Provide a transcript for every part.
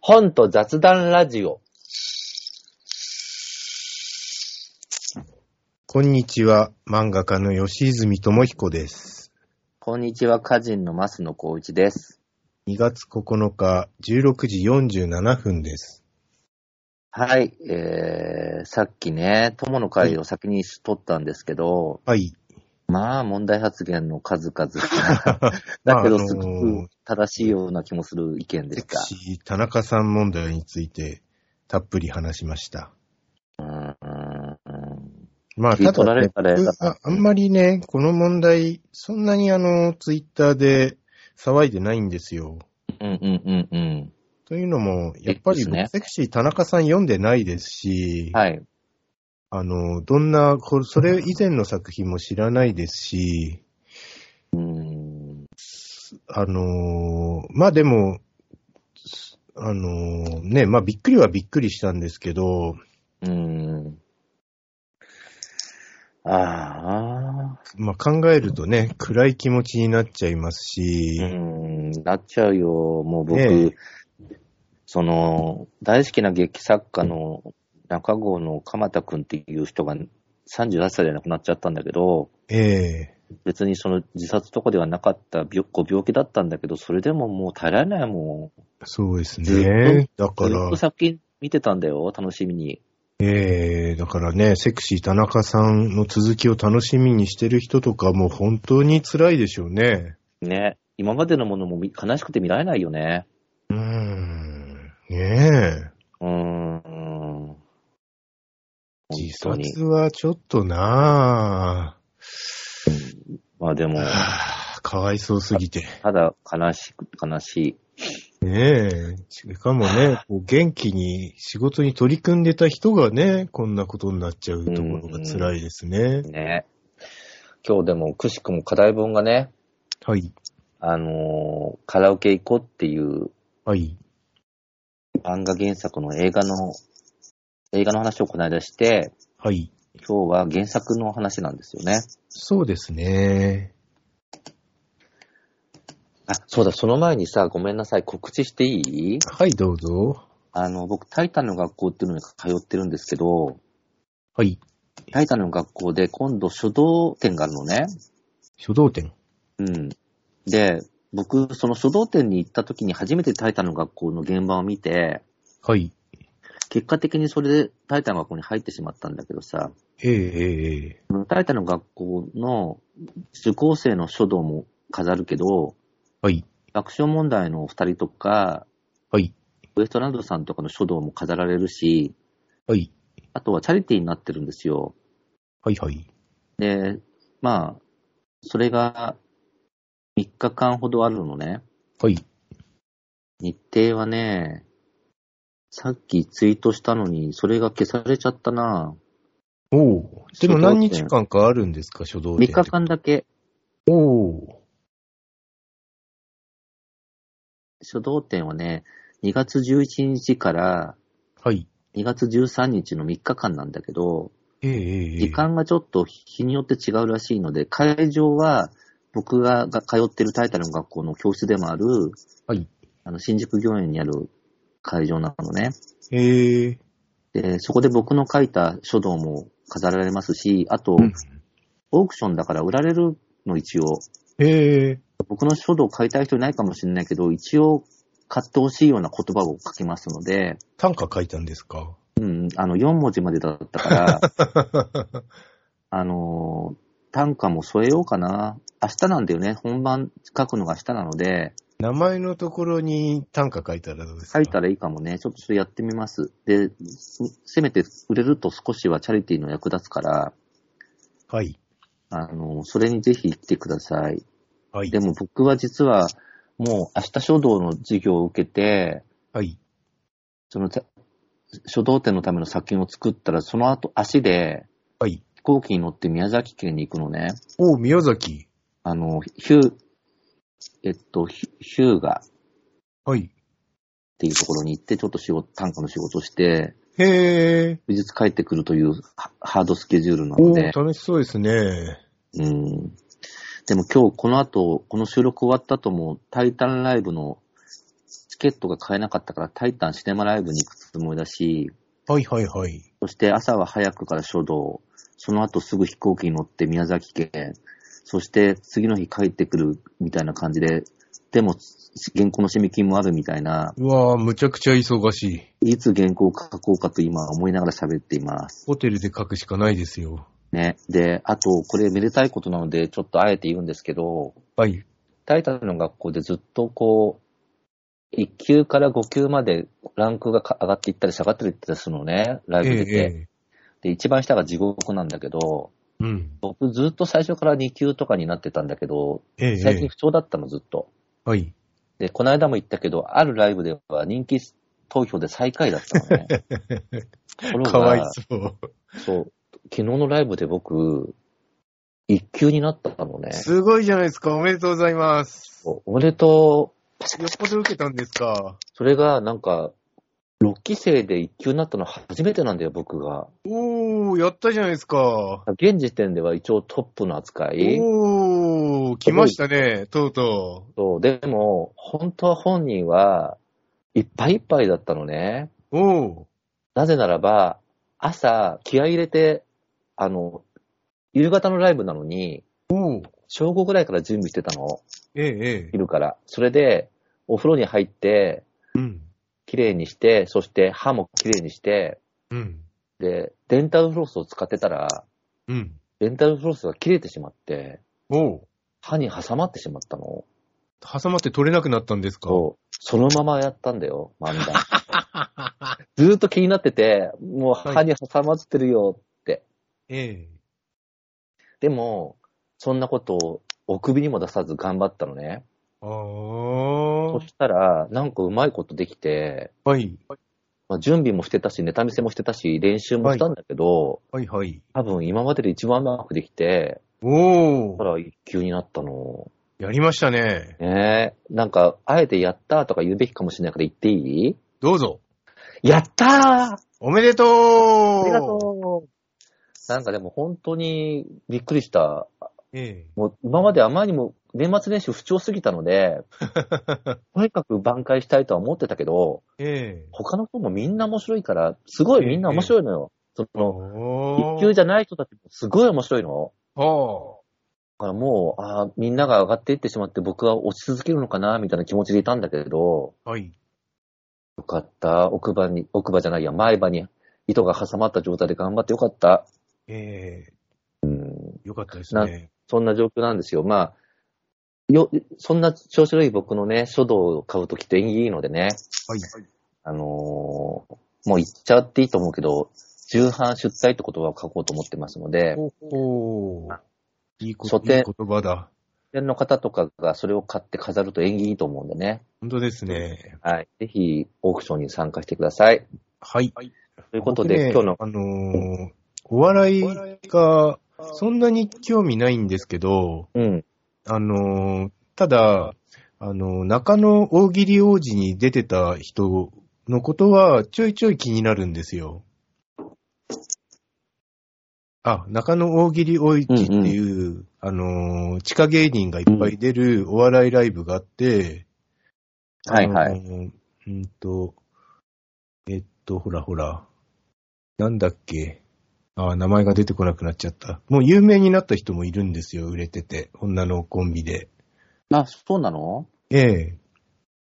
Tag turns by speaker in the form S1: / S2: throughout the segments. S1: 本と雑談ラジオ。
S2: こんにちは、漫画家の吉泉智彦です。
S1: こんにちは、歌人の増野光一です。
S2: 2月9日、16時47分です。
S1: はい、えー、さっきね、友の会を先に取ったんですけど、
S2: はい。
S1: まあ問題発言の数 々がだけどすご
S2: あのー
S1: く正しいような気もする意見で
S2: セ
S1: し
S2: ク
S1: た。
S2: シー田中さん問題について、たっぷり話しました。
S1: うんうんうん
S2: まあ、
S1: 聞
S2: た
S1: い取ら
S2: だ、
S1: れ
S2: ね
S1: たらやだ
S2: あ、あんまりね、この問題、そんなにあの、ツイッターで騒いでないんですよ。
S1: うんうんうんうん。
S2: というのも、やっぱり
S1: ですね
S2: 僕セクシー田中さん読んでないですし、
S1: はい。
S2: あの、どんな、こそれ以前の作品も知らないですし、
S1: うん
S2: あのーまあでも、あのーね、まあびっくりはびっくりしたんですけど、
S1: うーん。ああ、
S2: まあ考えるとね、暗い気持ちになっちゃいます
S1: う
S2: し、
S1: ーん、なっちゃうよ。もう僕、
S2: ね
S1: その、大好きな劇作家の中郷の鎌田くんっていう人が38歳で亡くなっちゃったんだけど、
S2: ええ
S1: 別にその自殺とかではなかった病ご病気だったんだけど、それでももう耐えられないも
S2: そうですね。だ
S1: ん。
S2: か
S1: ず
S2: ら
S1: っと、先見てたんだよ、楽しみに。
S2: ええだからね、セクシー田中さんの続きを楽しみにしてる人とかもう本当に辛いでしょうね。
S1: ね。今までのものも見悲しくて見られないよね。
S2: うーん、ねえ。
S1: うーん。
S2: 自
S1: 本当に
S2: 殺はちょっとなあ
S1: まあでも、
S2: はあ かわいそうすぎて。
S1: ただ悲しく、悲しい。
S2: ねえ、しかもね、こう元気に仕事に取り組んでた人がね、こんなことになっちゃうところが辛いですね。
S1: ね。今日でも、くしくも課題本がね、
S2: はい、
S1: あのーカラオケ行こうっていう
S2: はい、
S1: 漫画原作の映画の、映画の話をこの間して、
S2: はい。
S1: 今日は原作の話なんですよね。
S2: そうですね。
S1: あ、そうだ、その前にさ、ごめんなさい、告知していい
S2: はい、どうぞ。
S1: あの、僕、タイタンの学校っていうのに通ってるんですけど、
S2: はい、
S1: タイタンの学校で今度書道展があるのね。
S2: 書道展。
S1: うん。で、僕、その書道展に行った時に初めてタイタンの学校の現場を見て、
S2: はい、
S1: 結果的にそれでタイタンの学校に入ってしまったんだけどさ、
S2: ええええ
S1: タイタンの学校の受講生の書道も飾るけど、
S2: はい、
S1: 爆笑問題のお二人とか、
S2: はい、
S1: ウエストランドさんとかの書道も飾られるし、
S2: はい、
S1: あとはチャリティーになってるんですよ。
S2: はい、はい。
S1: で、まあ、それが3日間ほどあるのね。
S2: はい、
S1: 日程はね、さっきツイートしたのに、それが消されちゃったな。
S2: おお。で
S1: 書道
S2: も
S1: 展
S2: 何日間かあるんですか、書道展。
S1: 3日。間だけ
S2: おお。
S1: 書道展はね、2月11日から
S2: はい、
S1: 2月13日の3日間なんだけど、
S2: ええええ
S1: 時間がちょっと日によって違うらしいので、会場は僕がが通ってるタイタルの学校の教室でもある、
S2: はい
S1: あの新宿御苑にある会場なのね。
S2: ええ
S1: で、そこで僕の書いた書道も飾られますし、あと、
S2: うん
S1: オークションだから売られるの一応。
S2: ええ
S1: 僕の書道買いたい人いないかもしれないけど、一応買ってほしいような言葉を書きますので、
S2: 短歌書いたんですか
S1: うん、あの、4文字までだったから、あのー短歌も添えようかな。明日なんだよね。本番書くのが明日なので、
S2: 名前のところに短歌書いたらどうですか
S1: 書いたらいいかもね。ちょっとそれやってみます。で、せめて売れると少しはチャリティーの役立つから、
S2: はい。
S1: あのーそれにぜひ行ってください。
S2: はい。
S1: でも僕は実は、もう明日書道の授業を受けて、
S2: はい。
S1: その、た書道展のための作品を作ったら、その後足で
S2: はい。
S1: 飛行機に乗って宮崎県に行くのね。
S2: おう、宮崎。
S1: あの、ヒュー、えっと、ヒヒューガっ
S2: はい。
S1: ていうところに行って、ちょっと仕事、短歌の仕事をして、
S2: へえ。
S1: 美術帰ってくるというハハードスケジュールな
S2: お
S1: の
S2: う、
S1: で、
S2: 楽しそうですね。
S1: うん。でも今日この後、この収録終わった後も、タイタンライブのチケットが買えなかったから、タイタンシネマライブに行くつもりだし、
S2: はいはいはい。
S1: そして朝は早くから書道、その後すぐ飛行機に乗って宮崎県、そして次の日帰ってくるみたいな感じで、でも原稿の締め切りもあるみたいな、
S2: うわぁ、むちゃくちゃ忙しい。
S1: いつ原稿を書こうかと今思いながら喋っています。
S2: ホテルで書くしかないですよ。
S1: ね。で、あと、これめでたいことなので、ちょっとあえて言うんですけど、
S2: はい。
S1: タイタンの学校でずっとこう、1級から5級までランクがか上がっていったり下がったりってするのね、ライブ
S2: ええ
S1: 出て。
S2: ええ。
S1: で、一番下が地獄なんだけど、
S2: うん。
S1: 僕ずっと最初から2級とかになってたんだけど、
S2: えええ
S1: 最近
S2: え。
S1: 不調だったの、ずっと。
S2: はい。
S1: で、この間も言ったけど、あるライブでは人気投票で最下位だった のね。ところが
S2: かわいそう。
S1: そう。昨日のライブで僕、1級になったのね。
S2: すごいじゃないですか。おめでとうございます。
S1: おおめでとう。パシャ
S2: よ
S1: パ
S2: っ
S1: シャ
S2: ぽど受けたんですか。
S1: それがなんか、6期生で1級になったの初めてなんだよ、僕が。
S2: おー、やったじゃないですか。
S1: 現時点では一応トップの扱い。
S2: おー、来ましたね、とうと
S1: そうでも、本当は本人はいっぱいいっぱいだったのね。
S2: う。おー、
S1: なぜならば、朝、気合い入れて、あの、夕方のライブなのに、
S2: おー、
S1: 正午ぐらいから準備してたの、
S2: ええ、ええ。
S1: 昼から。それで、お風呂に入って、
S2: うん、
S1: 綺麗にして、そして歯も綺麗にして、
S2: うん、
S1: で、デンタルフロスを使ってたら、
S2: うん。
S1: デンタルフロスが切れてしまって、
S2: おー、
S1: 歯に挟まってしまったの。
S2: 挟まって取れなくなったんですか。
S1: そう。そのままやったんだよ、漫談。ずーっと気になってて、もう歯に挟まってるよ。
S2: ええ。
S1: でも、そんなことをお首にも出さず頑張ったのね。
S2: あ
S1: そ
S2: ー、
S1: したら、なんかうまいことできて、
S2: はい、
S1: まあ、準備もしてたし、ネタ見せもしてたし、練習もしたんだけど、
S2: はい、はい。
S1: 多分今までで一番うまくできて、
S2: お
S1: ほ
S2: ー、
S1: ら、一級になったの。
S2: やりましたね。
S1: ねえ。なんか、あえてやったーとか言うべきかもしれないから言っていい
S2: どうぞ。
S1: やったー
S2: おめでとう
S1: あ
S2: あ
S1: りがとう。なんかでも本当にびっくりした。
S2: うえ
S1: もう今まであまりにも年末年始不調すぎたの で、とにかく挽回したいとは思ってたけど、
S2: え、ええ。
S1: 他の人もみんな面白いから、すごいみんな面白いのよ。その、
S2: お
S1: 一
S2: ー
S1: 級じゃない人たちもすごい面白いの。
S2: は
S1: だからもう、ああ、みんなが上がっていってしまって僕は落ち続けるのかな、みたいな気持ちでいたんだけど、
S2: あ。はい。
S1: よかった。奥歯に、奥歯じゃないや、前歯に糸が挟まった状態で頑張ってよかった。
S2: ええ。よかったです
S1: な
S2: ね。
S1: そんな状況なんですよ。まあ、よ、そんな調子のいい僕のね、書道を買うときって縁起いいのでね、
S2: はい。
S1: あのーもう言っちゃっていいと思うけど、重版出題って言葉を書こうと思ってますので、
S2: おおー。いいこ
S1: 書
S2: と、い
S1: 店
S2: い言葉だ。
S1: 出演の方とかがそれを買って飾ると縁起いいと思うんでね、
S2: 本当ですね。
S1: はい。ぜひ、オークションに参加してください。
S2: はい。
S1: ということで、今
S2: 僕
S1: 日
S2: ね
S1: の、
S2: あのーお笑いが、そんなに興味ないんですけど、
S1: うん、
S2: あのーただ、あのー中野大喜利王子に出てた人のことは、ちょいちょい気になるんですよ。あ、中野大喜利王子っていう、あのー地下芸人がいっぱい出るお笑いライブがあって、
S1: はいはい。
S2: あの。うんと、えっと、ほらほら。なんだっけ。あー名前が出てこなくなっちゃった。もう有名になった人もいるんですよ、売れてて。女のコンビで。
S1: あ、そうなの
S2: ええ。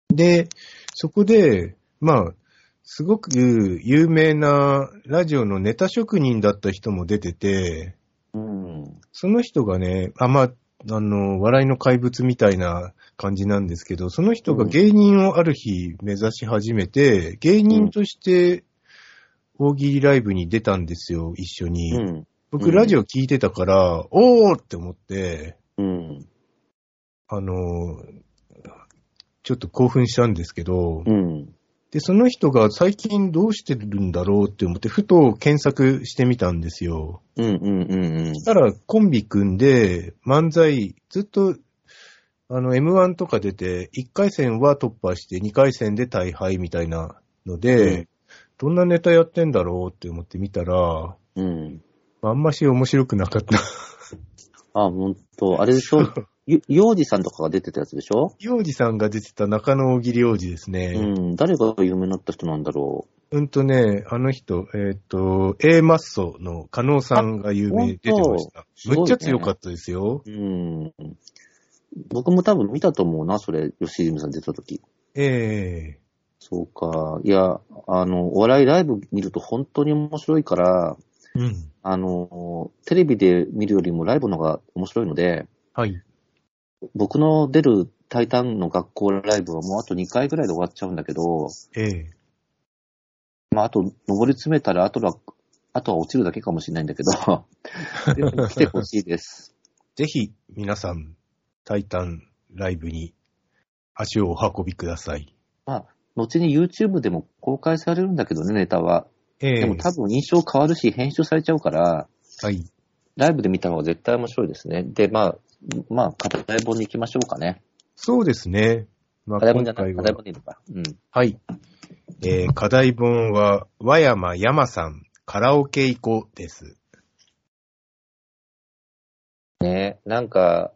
S2: で、そこで、まあ、すごく有名なラジオのネタ職人だった人も出てて、
S1: うん。
S2: その人がね、あ、まあ、あの、笑いの怪物みたいな感じなんですけど、その人が芸人をある日目指し始めて、芸人として大喜利ライブに出たんですよ、一緒に。
S1: うん。う
S2: 僕、
S1: ん
S2: ラジオ聞いてたから、おーって思って、
S1: うん。
S2: あの、ちょっと興奮したんですけど、
S1: うん。
S2: で、その人が最近どうしてるんだろうって思って、ふと検索してみたんですよ。
S1: うん。うん。うん。
S2: そしたらコンビ組んで、漫才、ずっと、あの、M1 とか出て、1回戦は突破して、2回戦で大敗みたいなの
S1: う
S2: で、
S1: ん
S2: どんなネタやってんだろうって思ってみたら、
S1: うん。
S2: あんまし面白くなかった。
S1: あ、本当あれでしょゆ幼児さんとかが出てたやつでしょ
S2: 幼児さんが出てた中野大喜利王子ですね。
S1: うん。誰が有名になった人なんだろ
S2: うんとね、あの人、えっ、と、A マッソの加納さんが有
S1: あ
S2: 名出てました。
S1: 本当
S2: む
S1: すご
S2: っちゃ
S1: いね
S2: 強かったですよ。
S1: う。うん。僕も多分見たと思うな、それ、吉住さん出た時。
S2: ええ
S1: そうか。いや、あの、お笑いライブ見ると本当に面白いから、
S2: うん。
S1: あの、テレビで見るよりもライブの方が面白いので、
S2: はい。
S1: 僕の出るタイタンの学校ライブはもうあと2回ぐらいで終わっちゃうんだけど、
S2: ええ
S1: まあ、あと、登り詰めたら、あとは、あとは落ちるだけかもしれないんだけど、でも来てほしいです。
S2: ぜひ、皆さん、タイタンライブに足をお運びください。
S1: まあ、後に YouTube でも公開されるんだけどね、ネタは。
S2: ええ
S1: でも多分印象変わるし、編集されちゃうから、
S2: はい。
S1: ライブで見た方が絶対面白いですね。で、まあ、まあ、課題本に行きましょうかね。
S2: そうですね。まあ、
S1: 課題本じ
S2: 今
S1: ゃない、
S2: 回
S1: 課
S2: は
S1: 題本でいいのか。うん。
S2: はい。えー課題本は、和山山さん、カラオケ行こうです。
S1: ねなんか、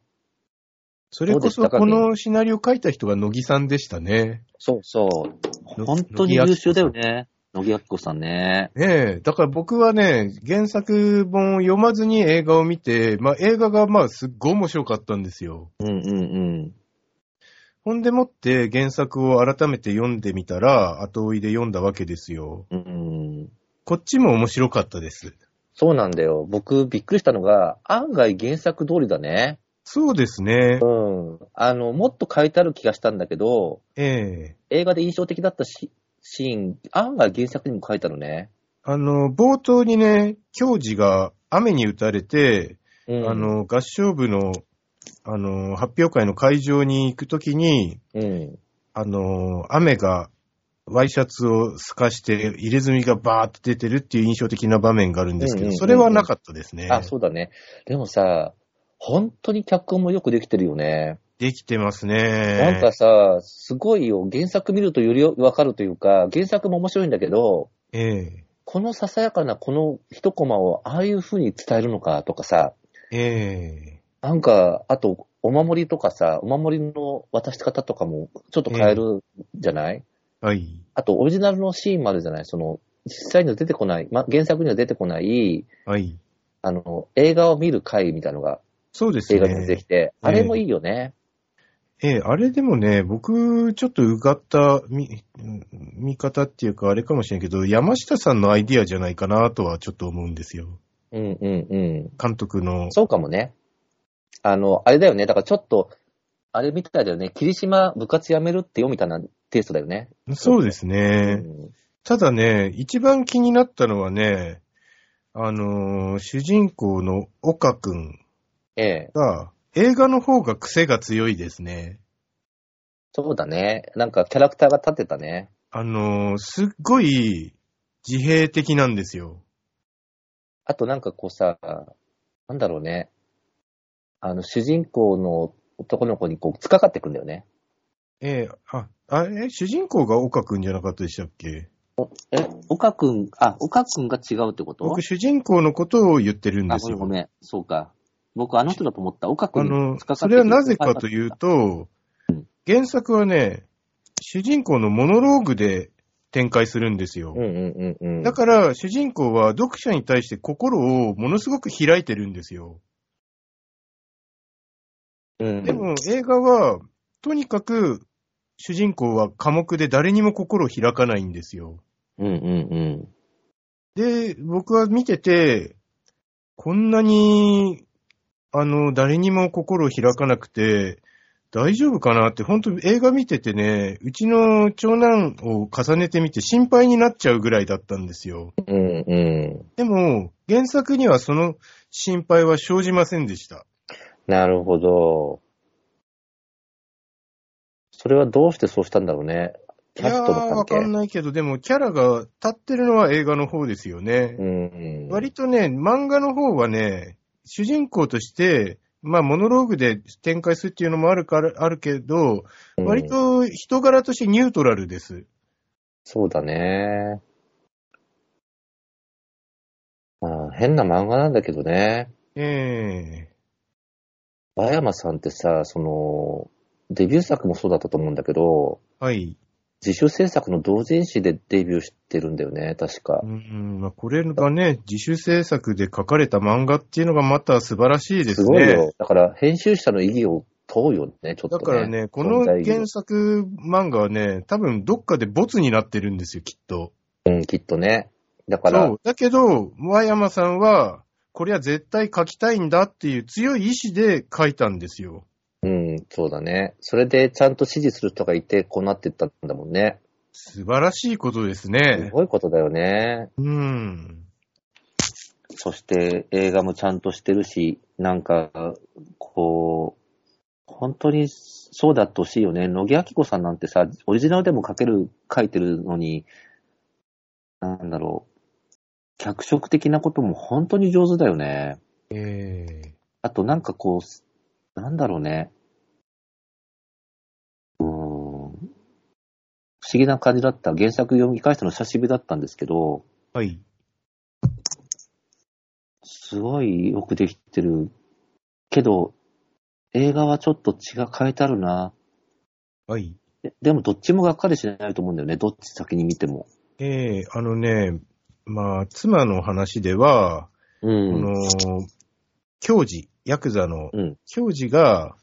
S2: それこ
S1: そう
S2: そ、
S1: でしたか
S2: このシナリオ書いた人が乃木さんでしたね。
S1: そうそう。
S2: の
S1: 本当に
S2: 乃木明子
S1: 優秀だよね。野木明子さんね。
S2: ねえ、だから僕はね、原作本を読まずに映画を見て、まあ映画がまあすっごい面白かったんですよ。
S1: うんうん
S2: ほんでもって原作を改めて読んでみたら、後追いで読んだわけですよ。
S1: うん。うん。
S2: こっちも面白かったです。
S1: そうなんだよ。僕、びっくりしたのが、案外原作通りだね。
S2: そうですね
S1: う。ん。あの、もっと書いてある気がしたんだけど、
S2: ええ
S1: 映画で印象的だったシシーン、案外原作にも書いてあるね。
S2: あの、冒頭にね、教授が雨に打たれて、
S1: うん。
S2: あ、の、合唱部の、あの、発表会の会場に行くときに、
S1: うん。
S2: あの、雨が、ワイシャツを透かして、入れ墨がバーって出てるっていう印象的な場面があるんですけ
S1: うんうんうん
S2: ど、
S1: うん
S2: それはなかったですね。
S1: あ、そうだね。でもさ、本当に脚本もよくできてるよね。
S2: できてます
S1: なんか
S2: ね。
S1: さ、すごいよ。原作見るとよりわかるというか、原作も面白いんだけど、
S2: ええ、
S1: このささやかなこの一コマをああいう風に伝えるのかとかさ、
S2: ええ、
S1: なんか、あと、お守りとかさ、お守りの渡し方とかもちょっと変えるじゃない、
S2: はい。
S1: あと、オリジナルのシーンもあるじゃないその、実際には出てこない、ま、原作には出てこない、
S2: はい。
S1: あの、映画を見る回みたいなのが
S2: そうです
S1: 映画に出て
S2: ね
S1: き。て、あれもいいよね。
S2: ええ、あれでもね、僕、ちょっとうがった見、見方っていうか、あれかもしれんけど、山下さんのアイディアじゃないかなとはちょっと思うんですよ。
S1: うんうんうん。
S2: 監督の。
S1: そうかもね。あの、あれだよね。だからちょっと、あれみたいだよね。霧島部活やめるってよみたいなテイストだよね。
S2: そうです
S1: う
S2: ね。
S1: ん、
S2: ただね、一番気になったのはね、あのー主人公の岡くん
S1: ええ。
S2: が、映画の方が癖が強いですね。
S1: そうだね。なんかキャラクターが立ってたね。
S2: あのーすっごい自閉的なんですよ。
S1: あとなんかこうさ、なんだろうね。あの、主人公の男の子にこう、つかかってくんだよね。
S2: えーあ、あれ主人公が岡くんじゃなかったでしたっけ
S1: え、岡くん、あ、岡くんが違うってこと
S2: 僕、主人公のことを言ってるん
S1: あ、
S2: で
S1: ご
S2: す
S1: めんご
S2: よ。
S1: めん。そうか。僕、あの人だと思った。岡く
S2: あ
S1: ん
S2: の
S1: につかかってくる
S2: それはなぜかというと、原作はね、主人公のモノローグで展開するんですよ。
S1: うんうんうんうん。
S2: だから、主人公は読者に対して心をものすごく開いてるんですよ。
S1: うん、
S2: でも、映画は、とにかく、主人公は寡黙で誰にも心を開かないんですよ。
S1: うんうん
S2: で、僕は見てて、こんなに、あの、誰にも心を開かなくて、大丈夫かなって、本当映画見ててね、うちの長男を重ねてみて心配になっちゃうぐらいだったんですよ。
S1: うん。うんうん。
S2: でも、原作にはその心配は生じませんでした。
S1: なるほど。それはどうしてそうしたんだろうね。キャスト
S2: いやー
S1: の関
S2: わ
S1: 係。
S2: かんないけど、でもキャラが立ってるのは映画の方ですよね
S1: う。ん。
S2: 割とね、漫画の方はね、主人公として、まあ、モノローグで展開するっていうのもあるから、あるけど、
S1: うん
S2: 割と人柄としてニュートラルです。
S1: そうだね。まあ、変な漫画なんだけどね。
S2: ええ
S1: バヤマさんってさ、その、デビュー作もそうだったと思うんだけど、
S2: はい。
S1: 自主制作の同人誌でデビューしてるんだよね、確か
S2: う。ん、まあ、これがね、自主制作で書かれた漫画っていうのがまた素晴らしいですす
S1: ごい
S2: ね。
S1: よ。だから、編集者の意義を問うよね、ちょっと
S2: だ
S1: ね。
S2: からね、この原作漫画はね、多分どっかでボツになってるんですよ、きっと。
S1: うん、きっとね。だから、
S2: そう。だけど、和山さんは、これは絶対書きたいんだっていう強い意志で書いたんですよ。
S1: うん、そうだね。それでちゃんと支持する人がいて、こうなってったんだもんね。
S2: 素晴らしいことです
S1: す
S2: ね。
S1: ごいことだよね。
S2: うん。
S1: そして映画もちゃんとしてるし、なんか、こう、本当にそうだってほしいよね。野木明子さんなんてさ、オリジナルでも書ける、書いてるのに、なんだろう。脚色的なことも本当に上手だよね。
S2: ええ
S1: あとなんかこう、なんだろうね。うーん。不思議な感じだった。原作読み返したの久しぶりだったんですけど、
S2: はい。
S1: すごいよくできてる。けど、映画はちょっと血が変えてあるな。
S2: はい。
S1: ででもどっちもがっかりしないと思うんだよね。どっち先に見ても。
S2: ええあのね、まあ、妻の話では、
S1: う
S2: こ
S1: ん。
S2: の、教授、ヤクザの
S1: うん。
S2: 教授が、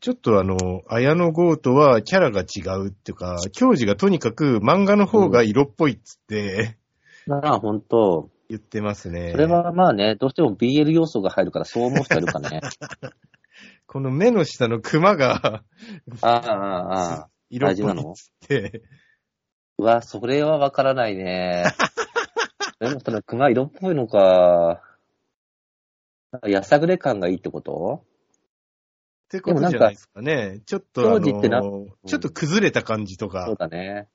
S2: ちょっとあの、綾野剛とはキャラが違うっていうか、教授がとにかく漫画の方が色っぽいっつって
S1: なあ、ほんと。
S2: 言ってますね。
S1: それはまあね、どうしても BL 要素が入るからそう思う人いるかね。
S2: この目の下のク マが
S1: ああ、ああ、ああ。
S2: 色っ
S1: 大事
S2: ぽ
S1: ない
S2: っ
S1: の
S2: つって、
S1: うわ、それはわからないね。でもその熊色っぽいのか。なんかやさぐれ感がいいってこと
S2: ってことじゃないですかね。ちょっとあの、
S1: 教授ってな
S2: ちょっと崩れた感じ
S1: そ
S2: と
S1: うだ
S2: か、
S1: ね。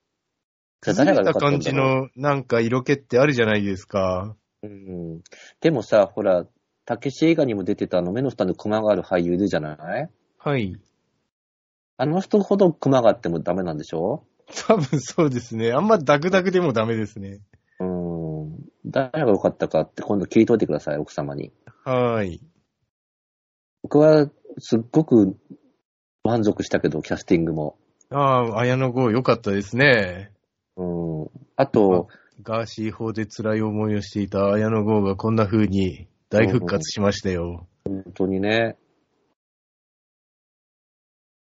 S1: じゃあ
S2: 崩れ
S1: 誰が
S2: た
S1: 良かったんだ
S2: 感じ
S1: ろう
S2: のなんか色気ってあるじゃないですか。
S1: うん。でもさ、ほら、たけし映画にも出てたあの目の下の熊がある俳優いるじゃない
S2: はい。
S1: あの人ほど熊があってもダメなんでしょ
S2: 多分そうですね。あんまダクダクでもダメですね。
S1: うん。誰が良かったかって今度聞いといてください、奥様に。
S2: はい。
S1: 僕はすっごく満足したけど、キャスティングも。
S2: ああ、綾野剛良かったですね。
S1: うん。あと、
S2: ガーシー法で辛い思いをしていた綾野剛がこんな風に大復活しましたよ。
S1: 本当にね。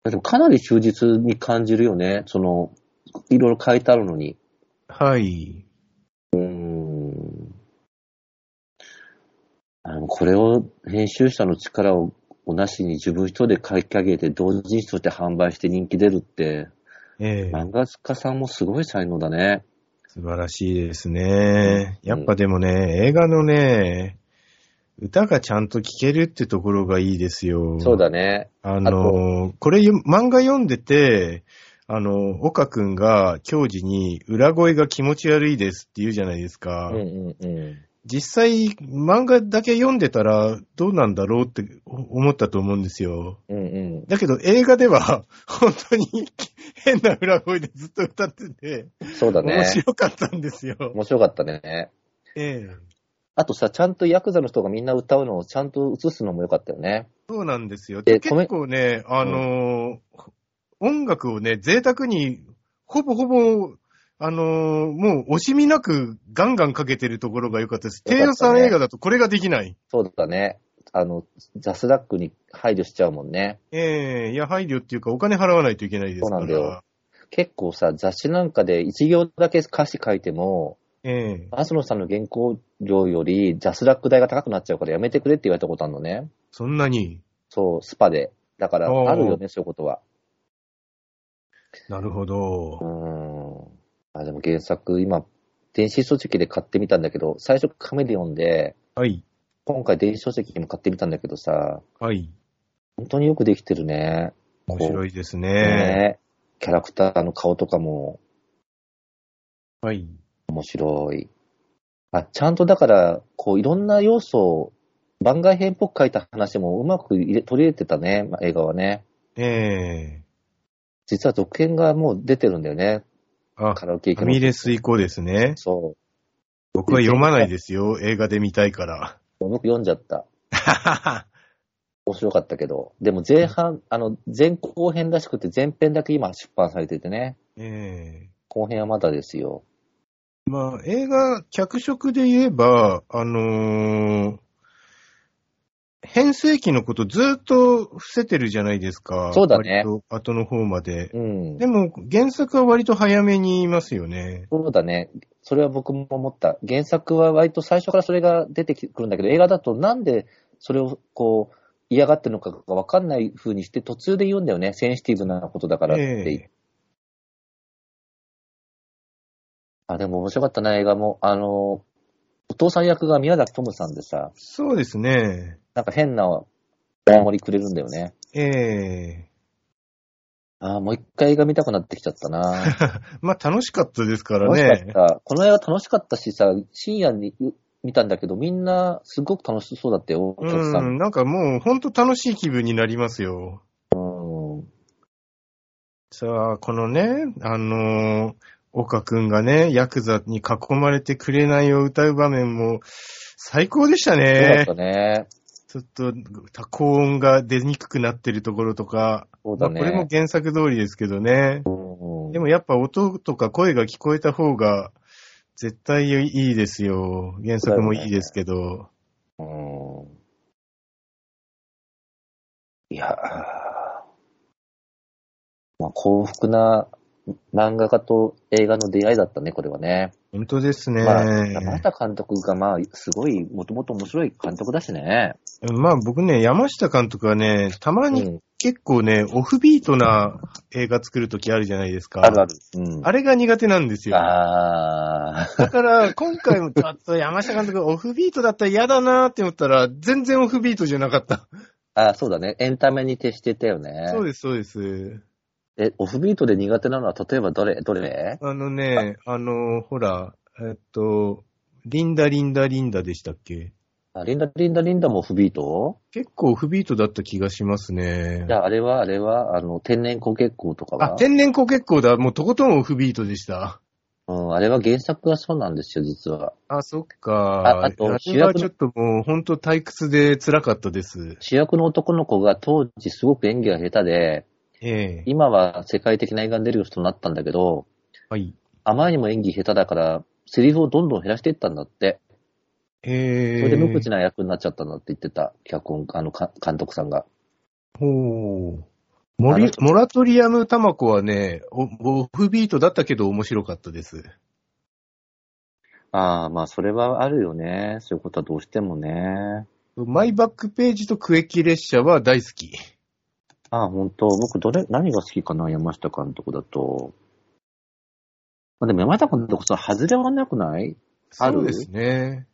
S1: でもかなり忠実に感じるよね。その、いろいろ書いてあるのに。
S2: はい。
S1: うーん。あの、これを編集者の力をなしに自分一人で書き上げて同人誌として販売して人気出るって、
S2: ええ
S1: 漫画家さんもすごい才能だね。
S2: 素晴らしいですね。やっぱでもね、映画のね、歌がちゃんと聴けるってところがいいですよ。
S1: そう。だね。
S2: あの、これよ漫画読んでて、あの、岡くんが教授に裏声が気持ち悪いですって言うじゃないです
S1: う
S2: か。
S1: んうんう
S2: 実際、漫画だけ読んでたらどうなんだろうって思ったと思うんですよ。
S1: ん。うんうん。
S2: だけど映画では 本当に変な裏声でずっと歌ってて、
S1: そうだね
S2: 面。白かったんですよ。
S1: 面白かったね。
S2: ええ
S1: あとさ、ちゃんとヤクザの人がみんな歌うのをちゃんと映すのも良かったよね。
S2: そうなんですよ。
S1: え
S2: 結構ね、あのー音楽をね、贅沢に、ほぼほぼ、あのーもう惜しみなくガンガンかけてるところが良かったです。
S1: 良
S2: 低
S1: か
S2: 予
S1: ったね
S2: 算映画だとこれができない。
S1: そうだね。あの、ザスダックに配慮しちゃうもんね。
S2: ええいや、配慮っていうかお金払わないといけないですか
S1: そ
S2: ら。
S1: うなんだよ結構さ、雑誌なんかで一行だけ歌詞書いても、
S2: ええ
S1: マスノさんの原稿料よりジャスラック代が高くなっちゃうからやめてくれって言われたことあるのね。
S2: そんなに。
S1: そう、スパで。だから、
S2: おー
S1: あるよね、そういうことは。
S2: なるほ
S1: う
S2: ど。
S1: ーん。あでも原作、今、電子書籍で買ってみたんだけど、最初紙で読んで、
S2: はい。
S1: 今回電子書籍でも買ってみたんだけどさ、
S2: はい。
S1: 本当によくできてるね。
S2: 面白いですね。
S1: ねキャラクターの顔とかも
S2: はい。
S1: 面白い。あ、ちゃんとだから、こう、いろんな要素を番外編っぽく書いた話もうまく入れ取り入れてたね、まあ映画はね。
S2: ええ
S1: 実は続編がもう出てるんだよね。
S2: あ、
S1: カ
S2: フ
S1: ラオケ行
S2: ァ
S1: くの
S2: ミレス以降ですね。
S1: そ
S2: 僕は読まないですよ。映画で見たいから。
S1: う。僕読んじゃった。
S2: ははは
S1: 面白かったけど、でも前半、あの、前後編らしくて前編だけ今出版されててね、
S2: ええ
S1: 後編はまだですよ。
S2: まあ、映画、脚色で言えば、あのー変声期のことずっと伏せてるじゃないですか。
S1: そうだね
S2: 割と後の方まで。
S1: うん。
S2: でも、原作は割と早めに言いますよね。
S1: そうだね。それは僕も思った。原作は割と最初からそれが出てくるんだけど、映画だとなんでそれをこう、嫌がってるのかがわかんない風にして途中で言うんだよね。センシティブなことだからって。
S2: え
S1: あ、でも面白かったな、映画も。あの、お父さん役が宮崎智さんでさ、
S2: そうですね。
S1: なんか変なお守りくれるんだよね。
S2: ええ
S1: ああ、もう一回映画見たくなってきちゃったな。
S2: まあ、楽しかったですから
S1: 楽しかっ
S2: ね。
S1: た。この映画楽しかったしさ、深夜にう見たんだけど、みんなすごく楽しそうだったよ、お
S2: う
S1: 客さん。
S2: ん、なんかもう、ほんと楽しい気分になりますよ。
S1: うん
S2: さあ、このね、あのー岡くんがね、ヤクザに囲まれてくれないを歌う場面も、最高でした
S1: そうだっ
S2: ね
S1: た。ね。
S2: ちょっと、高音が出にくくなってるところとか、
S1: そうだ
S2: まあ、
S1: ね。
S2: これも原作通りですけどね。
S1: うん
S2: でもやっぱ音とか声が聞こえた方が、絶対いいですよ。原作もいいですけど。
S1: うんいやー、まあ、幸福な漫画家と映画の出会いだったね、これはね。
S2: 本当ですね。
S1: まあ、山下監督が、まあ、すごい、もともと面白い監督だしね。
S2: まあ僕ね、山下監督はね、たま
S1: う
S2: に
S1: ん、
S2: 結構ね、オフビートな映画作るときあるじゃないですか。
S1: あるある。うん、
S2: あれが苦手なんですよ。
S1: あー
S2: だから、今回もちょっと山下監督オフビートだったら嫌だなーって思ったら、全然オフビートじゃなかった。
S1: あー、そうだね。エンタメに徹してたよ ね。
S2: そうです、そうです。
S1: え、オフビートで苦手なのは、例えばどれ、どれ
S2: あのね、あの、ほら、えっと、リンダ、リンダ、リンダでしたっけ
S1: あリンダ、リンダ、リンダもオフビート
S2: 結構オフビートだった気がしますね
S1: じ。ゃあ、あれは、あれは、あの、天然光結光とかは
S2: あ、天然光結構だ。もうとことんオフビートでした。
S1: うん、あれは原作がそうなんですよ、実は。
S2: あ、そっか。
S1: ああと
S2: れはちょっともう本当退屈で辛かったです。
S1: 主役の男の子が当時すごく演技が下手で、
S2: ええ
S1: 今は世界的な映画に出る人になったんだけど、
S2: はい。
S1: あまりにも演技下手だから、セリフをどんどん減らしていったんだって。
S2: ええ
S1: それで無口な役になっちゃったんだって言ってた、脚本、あの、か監督さんが。
S2: ほう。モ
S1: あ
S2: リ
S1: の人
S2: モラトリアムタマコはね、おオフビートだったけど面白かったです。
S1: ああ、まあ、それはあるよね。そういうことはどうしてもね。
S2: マイバックページとクエキ列車は大好き。
S1: ああ、本当僕、どれ、何が好きかな、山下監督だと。まあ、でも山下監督さ、外れはなくないある
S2: そうですね。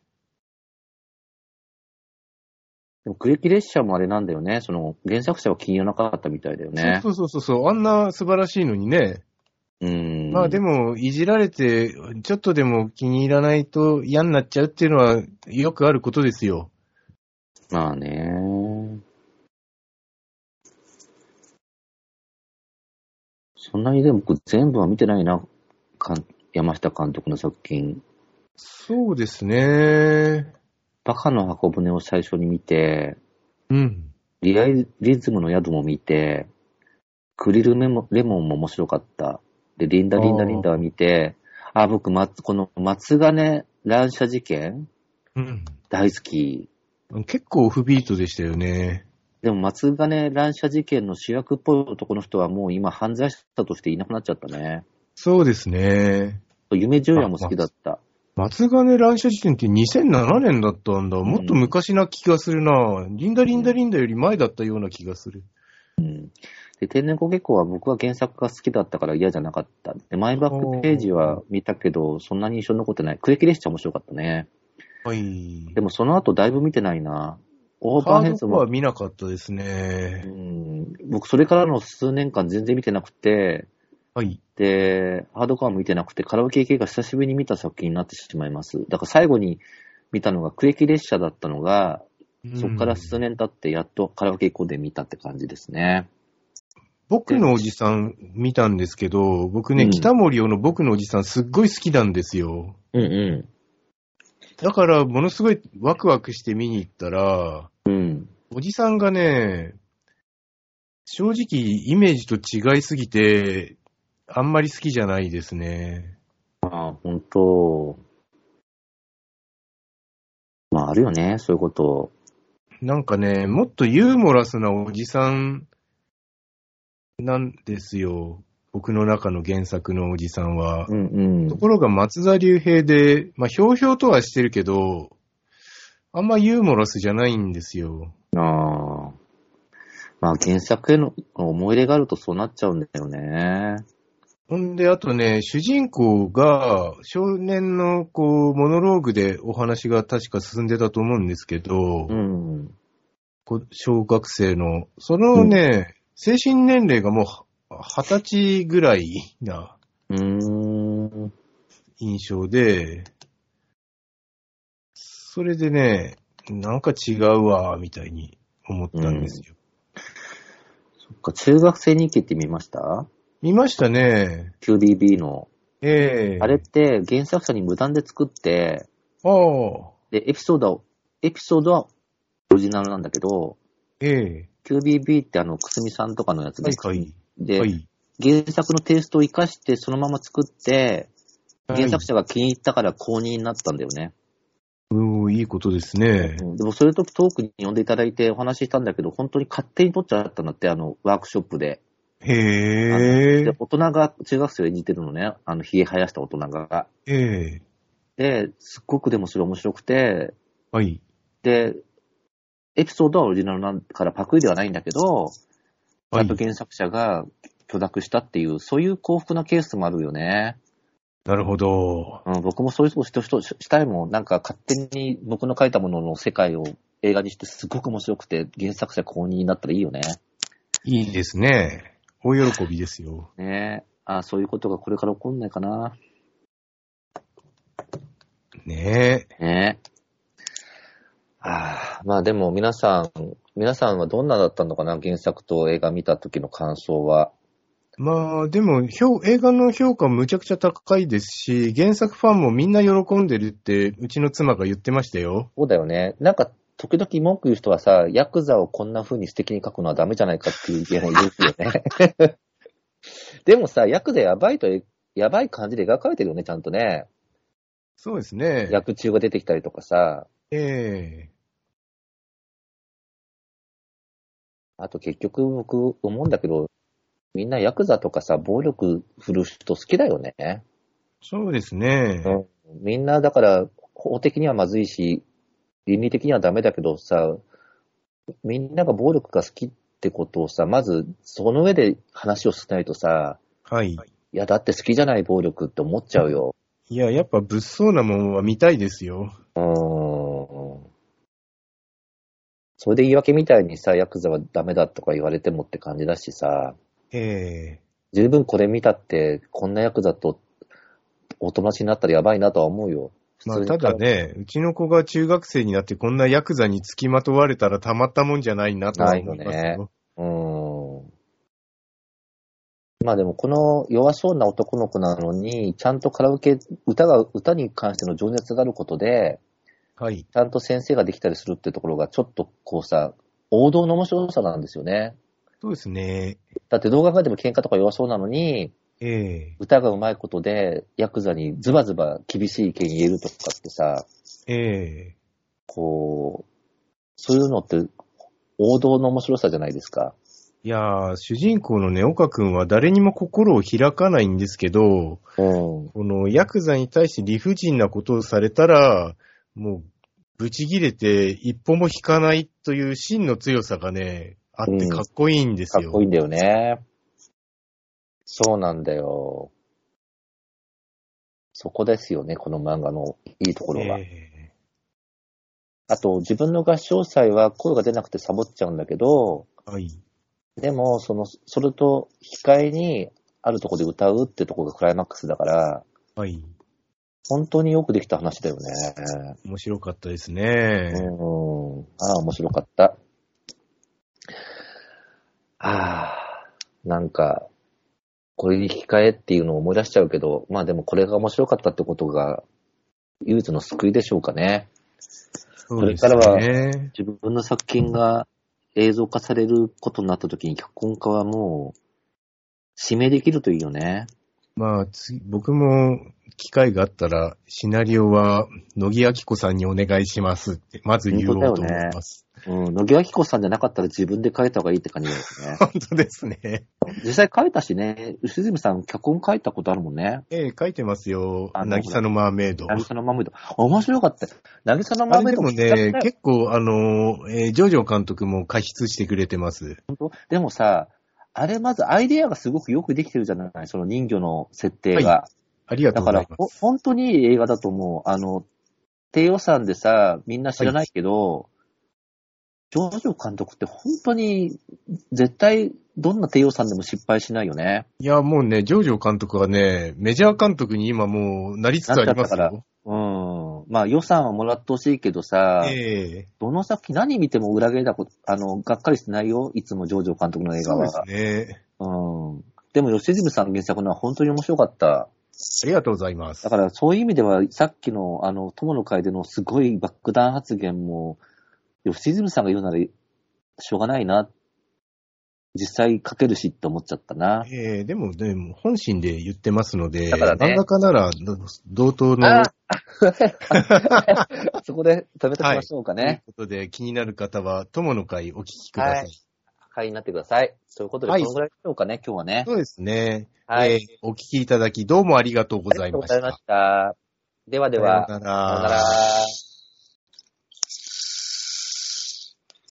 S1: でも、クエキ列車もあれなんだよね。その、原作者は金曜なかったみたいだよね。
S2: そうそうそうそう。あんな素晴らしいのにね。
S1: うん。
S2: まあで
S1: も、
S2: も、いじられて、ちょっとでも気に入らないと嫌になっちゃうっていうのはよくあることですよ。
S1: まあね。そんなにでも僕全部は見てないな、かん山下監督の作品。
S2: そうですね。
S1: バカの箱舟を最初に見て、
S2: うん。
S1: リアリズムの宿も見て、クリルメモレモンも面白かった。で、リンダリンダ
S2: あー
S1: リンダは見て、あ、僕、ま、この松金乱射事件
S2: うん。
S1: 大好き。
S2: 結構オフビートでしたよね。
S1: でも松金乱射事件の主役っぽい男の人はもう今犯罪者としていなくなっちゃったね。
S2: そうですね。
S1: 夢十夜も好きだった。
S2: 松金乱射事件って2007年だったんだ。もっと昔な気がするな。リンダリンダリンダより前だったような気がする。
S1: で、天然光結構は僕は原作が好きだったから嫌じゃなかった。で、マイバックページは見たけど、そんなに印象に残ってない。クレキ列車面白かったね。
S2: はい。
S1: でもその後だいぶ見てないな。オー
S2: ハ
S1: バーヘ
S2: ー
S1: ンズ
S2: ドコア
S1: も
S2: は見なかったです
S1: う
S2: ね。
S1: ん僕、それからの数年間全然見てなくて、
S2: はい。
S1: で、ハードコアも見てなくて、カラオケ系が久しぶりに見た作品になってしまいます。だから最後に見たのが、クエキ列車だったのが、そこから数
S2: うん
S1: 年経って、やっとカラオケ行こうで見たって感じですね。
S2: 僕のおじさん見たんですけど、僕ね、
S1: うん
S2: 北森洋の僕のおじさんすっごい好きなんですよ。
S1: うんう
S2: だから、ものすごいワクワクして見に行ったら、
S1: ん。うん。
S2: おじさんがね、正直イメージと違いすぎて、あんまり好きじゃないですね。
S1: まあ、本当まあ、あるよね、そういうこと。
S2: なんかね、もっとユーモラスなおじさんなんですよ。僕の中の原作のおじさんは。
S1: うんうん
S2: と。ころが松田龍平で、まあ、ひょうひょうとはしてるけど、あんまユーモラスじゃないんですよ。
S1: ああ。まあ、原作への思い入れがあるとそうなっちゃうんだよね。
S2: ほんで、あとね、主人公が少年のこう、モノローグでお話が確か進んでたと思うんですけど、
S1: うん。
S2: こう小学生の、そのね、精神年齢がもう二十歳ぐらいな
S1: うーん。
S2: 印象で、それでね、なんか違うわ、みたいに思ったんですよ。
S1: そっか、中学生日記って見ました
S2: 見ましたね。
S1: ?QDB の。
S2: ええ
S1: あれって原作者に無断で作って、
S2: ああ。
S1: で、エピソードは、エピソードはオリジナルなんだけど、
S2: ええ
S1: QBB ってあの、くすみさんとかのやつです。
S2: はい
S1: で、
S2: はい。
S1: 原作のテイストを活かしてそのまま作って、
S2: はい
S1: 原作者が気に入ったから公認になったんだよね。
S2: うん、いいことですね。
S1: うんでもそれとトークに呼んでいただいてお話ししたんだけど、本当に勝手に撮っちゃったんだって、あの、ワークショップで。
S2: へえ
S1: で。大人が、中学生を演じてるのね、あの、冷え生やした大人が。
S2: ええ
S1: で、すっごくでもそれ面白くて、
S2: はい。
S1: で、エピソードはオリジナルなんからパクリではないんだけど、ち
S2: は
S1: ゃ
S2: い
S1: んと。原作者が許諾したっていう、そういう幸福なケースもあるよね。
S2: なるほど。
S1: うん、僕もそういうことしししたいもん。なんか勝手に僕の書いたものの世界を映画にしてすごく面白くて、原作者公認になったらいいよね。
S2: いいですね。大喜びですよ。
S1: ねえ。あそういうことがこれから起こんないかな。
S2: ねえ。
S1: ねえ。ああ、まあでも皆さん、皆さんはどんなだったのかな原作と映画見た時の感想は。
S2: まあ、でも、評映画の評価むちゃくちゃ高いですし、原作ファンもみんな喜んでるって、うちの妻が言ってましたよ。
S1: そうだよね。なんか、時々文句言う人はさ、ヤクザをこんな風に素敵に書くのはダメじゃないかっていう意見を言うよね。 でもさ、ヤクザやばいと、やばい感じで描かれてるよね、ちゃんとね。
S2: そうですね。
S1: 役中が出てきたりとかさ、
S2: ええ
S1: あと結局僕思うんだけど、みんなヤクザとかさ、暴力振る人好きだよね。
S2: そうですね。
S1: うんみんなだから、法的にはまずいし、倫理的にはダメだけどさ、みんなが暴力が好きってことをさ、まずその上で話をしないとさ、
S2: はい。
S1: いや、だって好きじゃない暴力って思っちゃうよ。
S2: いや、やっぱ物騒なもんは見たいですよ。
S1: うーん。それで言い訳みたいにさ、ヤクザはダメだとか言われてもって感じだしさ、
S2: ええ
S1: 十分これ見たって、こんなヤクザとお友達になったらやばいなとは思うよ。
S2: ま
S1: 普
S2: あ、
S1: 通に
S2: ただね、うちの子が中学生になってこんなヤクザにつきまとわれたらたまったもんじゃないなとは思いますよ。
S1: ないようーん。まあでも、この弱そうな男の子なのに、ちゃんとカラオケ、歌が、歌に関しての情熱があることで、
S2: はい。
S1: ちゃんと先生ができたりするってところが、ちょっとこうさ、王道の面白さなんですよね。
S2: そうですね。
S1: だって動画がでも喧嘩とか弱そうなのに、
S2: ええ
S1: 歌が上手いことで、ヤクザにズバズバ厳しい意見言えるとかってさ、
S2: ええ
S1: こう、そういうのって王道の面白さじゃないですか。
S2: いやー、主人公のね、岡くんは誰にも心を開かないんですけど、
S1: うん。
S2: このヤクザに対して理不尽なことをされたら、もう、ブチ切れて一歩も引かないという真の強さがね、あってかっこいいんです
S1: か
S2: よ。
S1: っこいいんだよね。そうなんだよ。そこですよね、この漫画のいいところは。
S2: え
S1: あと、自分の合唱祭は声が出なくてサボっちゃうんだけど、
S2: えはい。
S1: でも、その、それと引き換えに、あるとこで歌うってとこがクライマックスだから、
S2: はい。
S1: 本当によくできた話だよね。
S2: 面白かったですね。
S1: うん。ああ、面白かった。ああ、なんか、これに引き換えっていうのを思い出しちゃうけど、まあでもこれが面白かったってことが、唯一の救いでしょうかね。
S2: そうですね
S1: これから自分の作品が映像化されることになった時に脚本家はもう、指名できるといいよね。
S2: まあ、次、僕も機会があったら、シナリオは、野木明子さんにお願いしますって、まず言おうと思います。
S1: うん、野木明子さんじゃなかったら自分で書いた方がいいって感じだよ ね。
S2: 本当ですね。
S1: 実際書いたしね、吉住さん脚本書いたことあるもんね。
S2: ええ、書いてますよ。
S1: あ
S2: 渚のマーメイド。
S1: 渚のマーメイド。面白かったよ。渚のマ
S2: あ
S1: ーメイ
S2: れで
S1: ド
S2: も
S1: 聞きたく
S2: ね
S1: な、い
S2: 結構、あの、えージョジョ監督も過失してくれてます。
S1: でもさ、あれまずアイデアがすごくよくできてるじゃないその人魚の設定が。
S2: はありが
S1: だ
S2: とう
S1: か
S2: ござ
S1: ら
S2: い、ま
S1: ほ
S2: す。
S1: 本当にいい映画だと思う。あの、低予算でさ、みんな知らないけど、ジョジョ監督って本当に絶対どんな低予算でも失敗しないよね。
S2: いや、もうね、ジョジョ監督はね、メジャー監督に今もうなりつつあります
S1: なっちゃった
S2: よ。
S1: うん。まあ予算はもらってほしいけどさ、
S2: ええ
S1: どの作品何見ても裏切りだこと、あの、がっかりしてないよ。いつもジョジョ監督の映画
S2: そう
S1: は。
S2: ですね。
S1: うん。でも吉住さんの原作のは本当に面白かった。
S2: ありがとうございます
S1: だ。からそういう意味では、さっきの、あの、友の会でのすごい爆弾発言も、吉住さんが言うなら、しょうがないな。実際書けるしって思っちゃったな。
S2: ええでもね、もう本心で言ってますので、
S1: だからね
S2: 漫画家なら、ど同等の
S1: あ あそこで食べときましょうか
S2: という
S1: ね。
S2: ことで、気になる方は、友の会お聞きください。
S1: はい会になってください。ということで、
S2: は
S1: こ
S2: い
S1: のぐらいでしょうかね、今日はね。
S2: そうですね、
S1: はい。
S2: えーお聞きいただき、どうもありがとうご
S1: あ
S2: ざ
S1: りがと
S2: い
S1: うご
S2: ました。
S1: ざいました。ではでは、
S2: さ
S1: さよ
S2: よう
S1: うなら。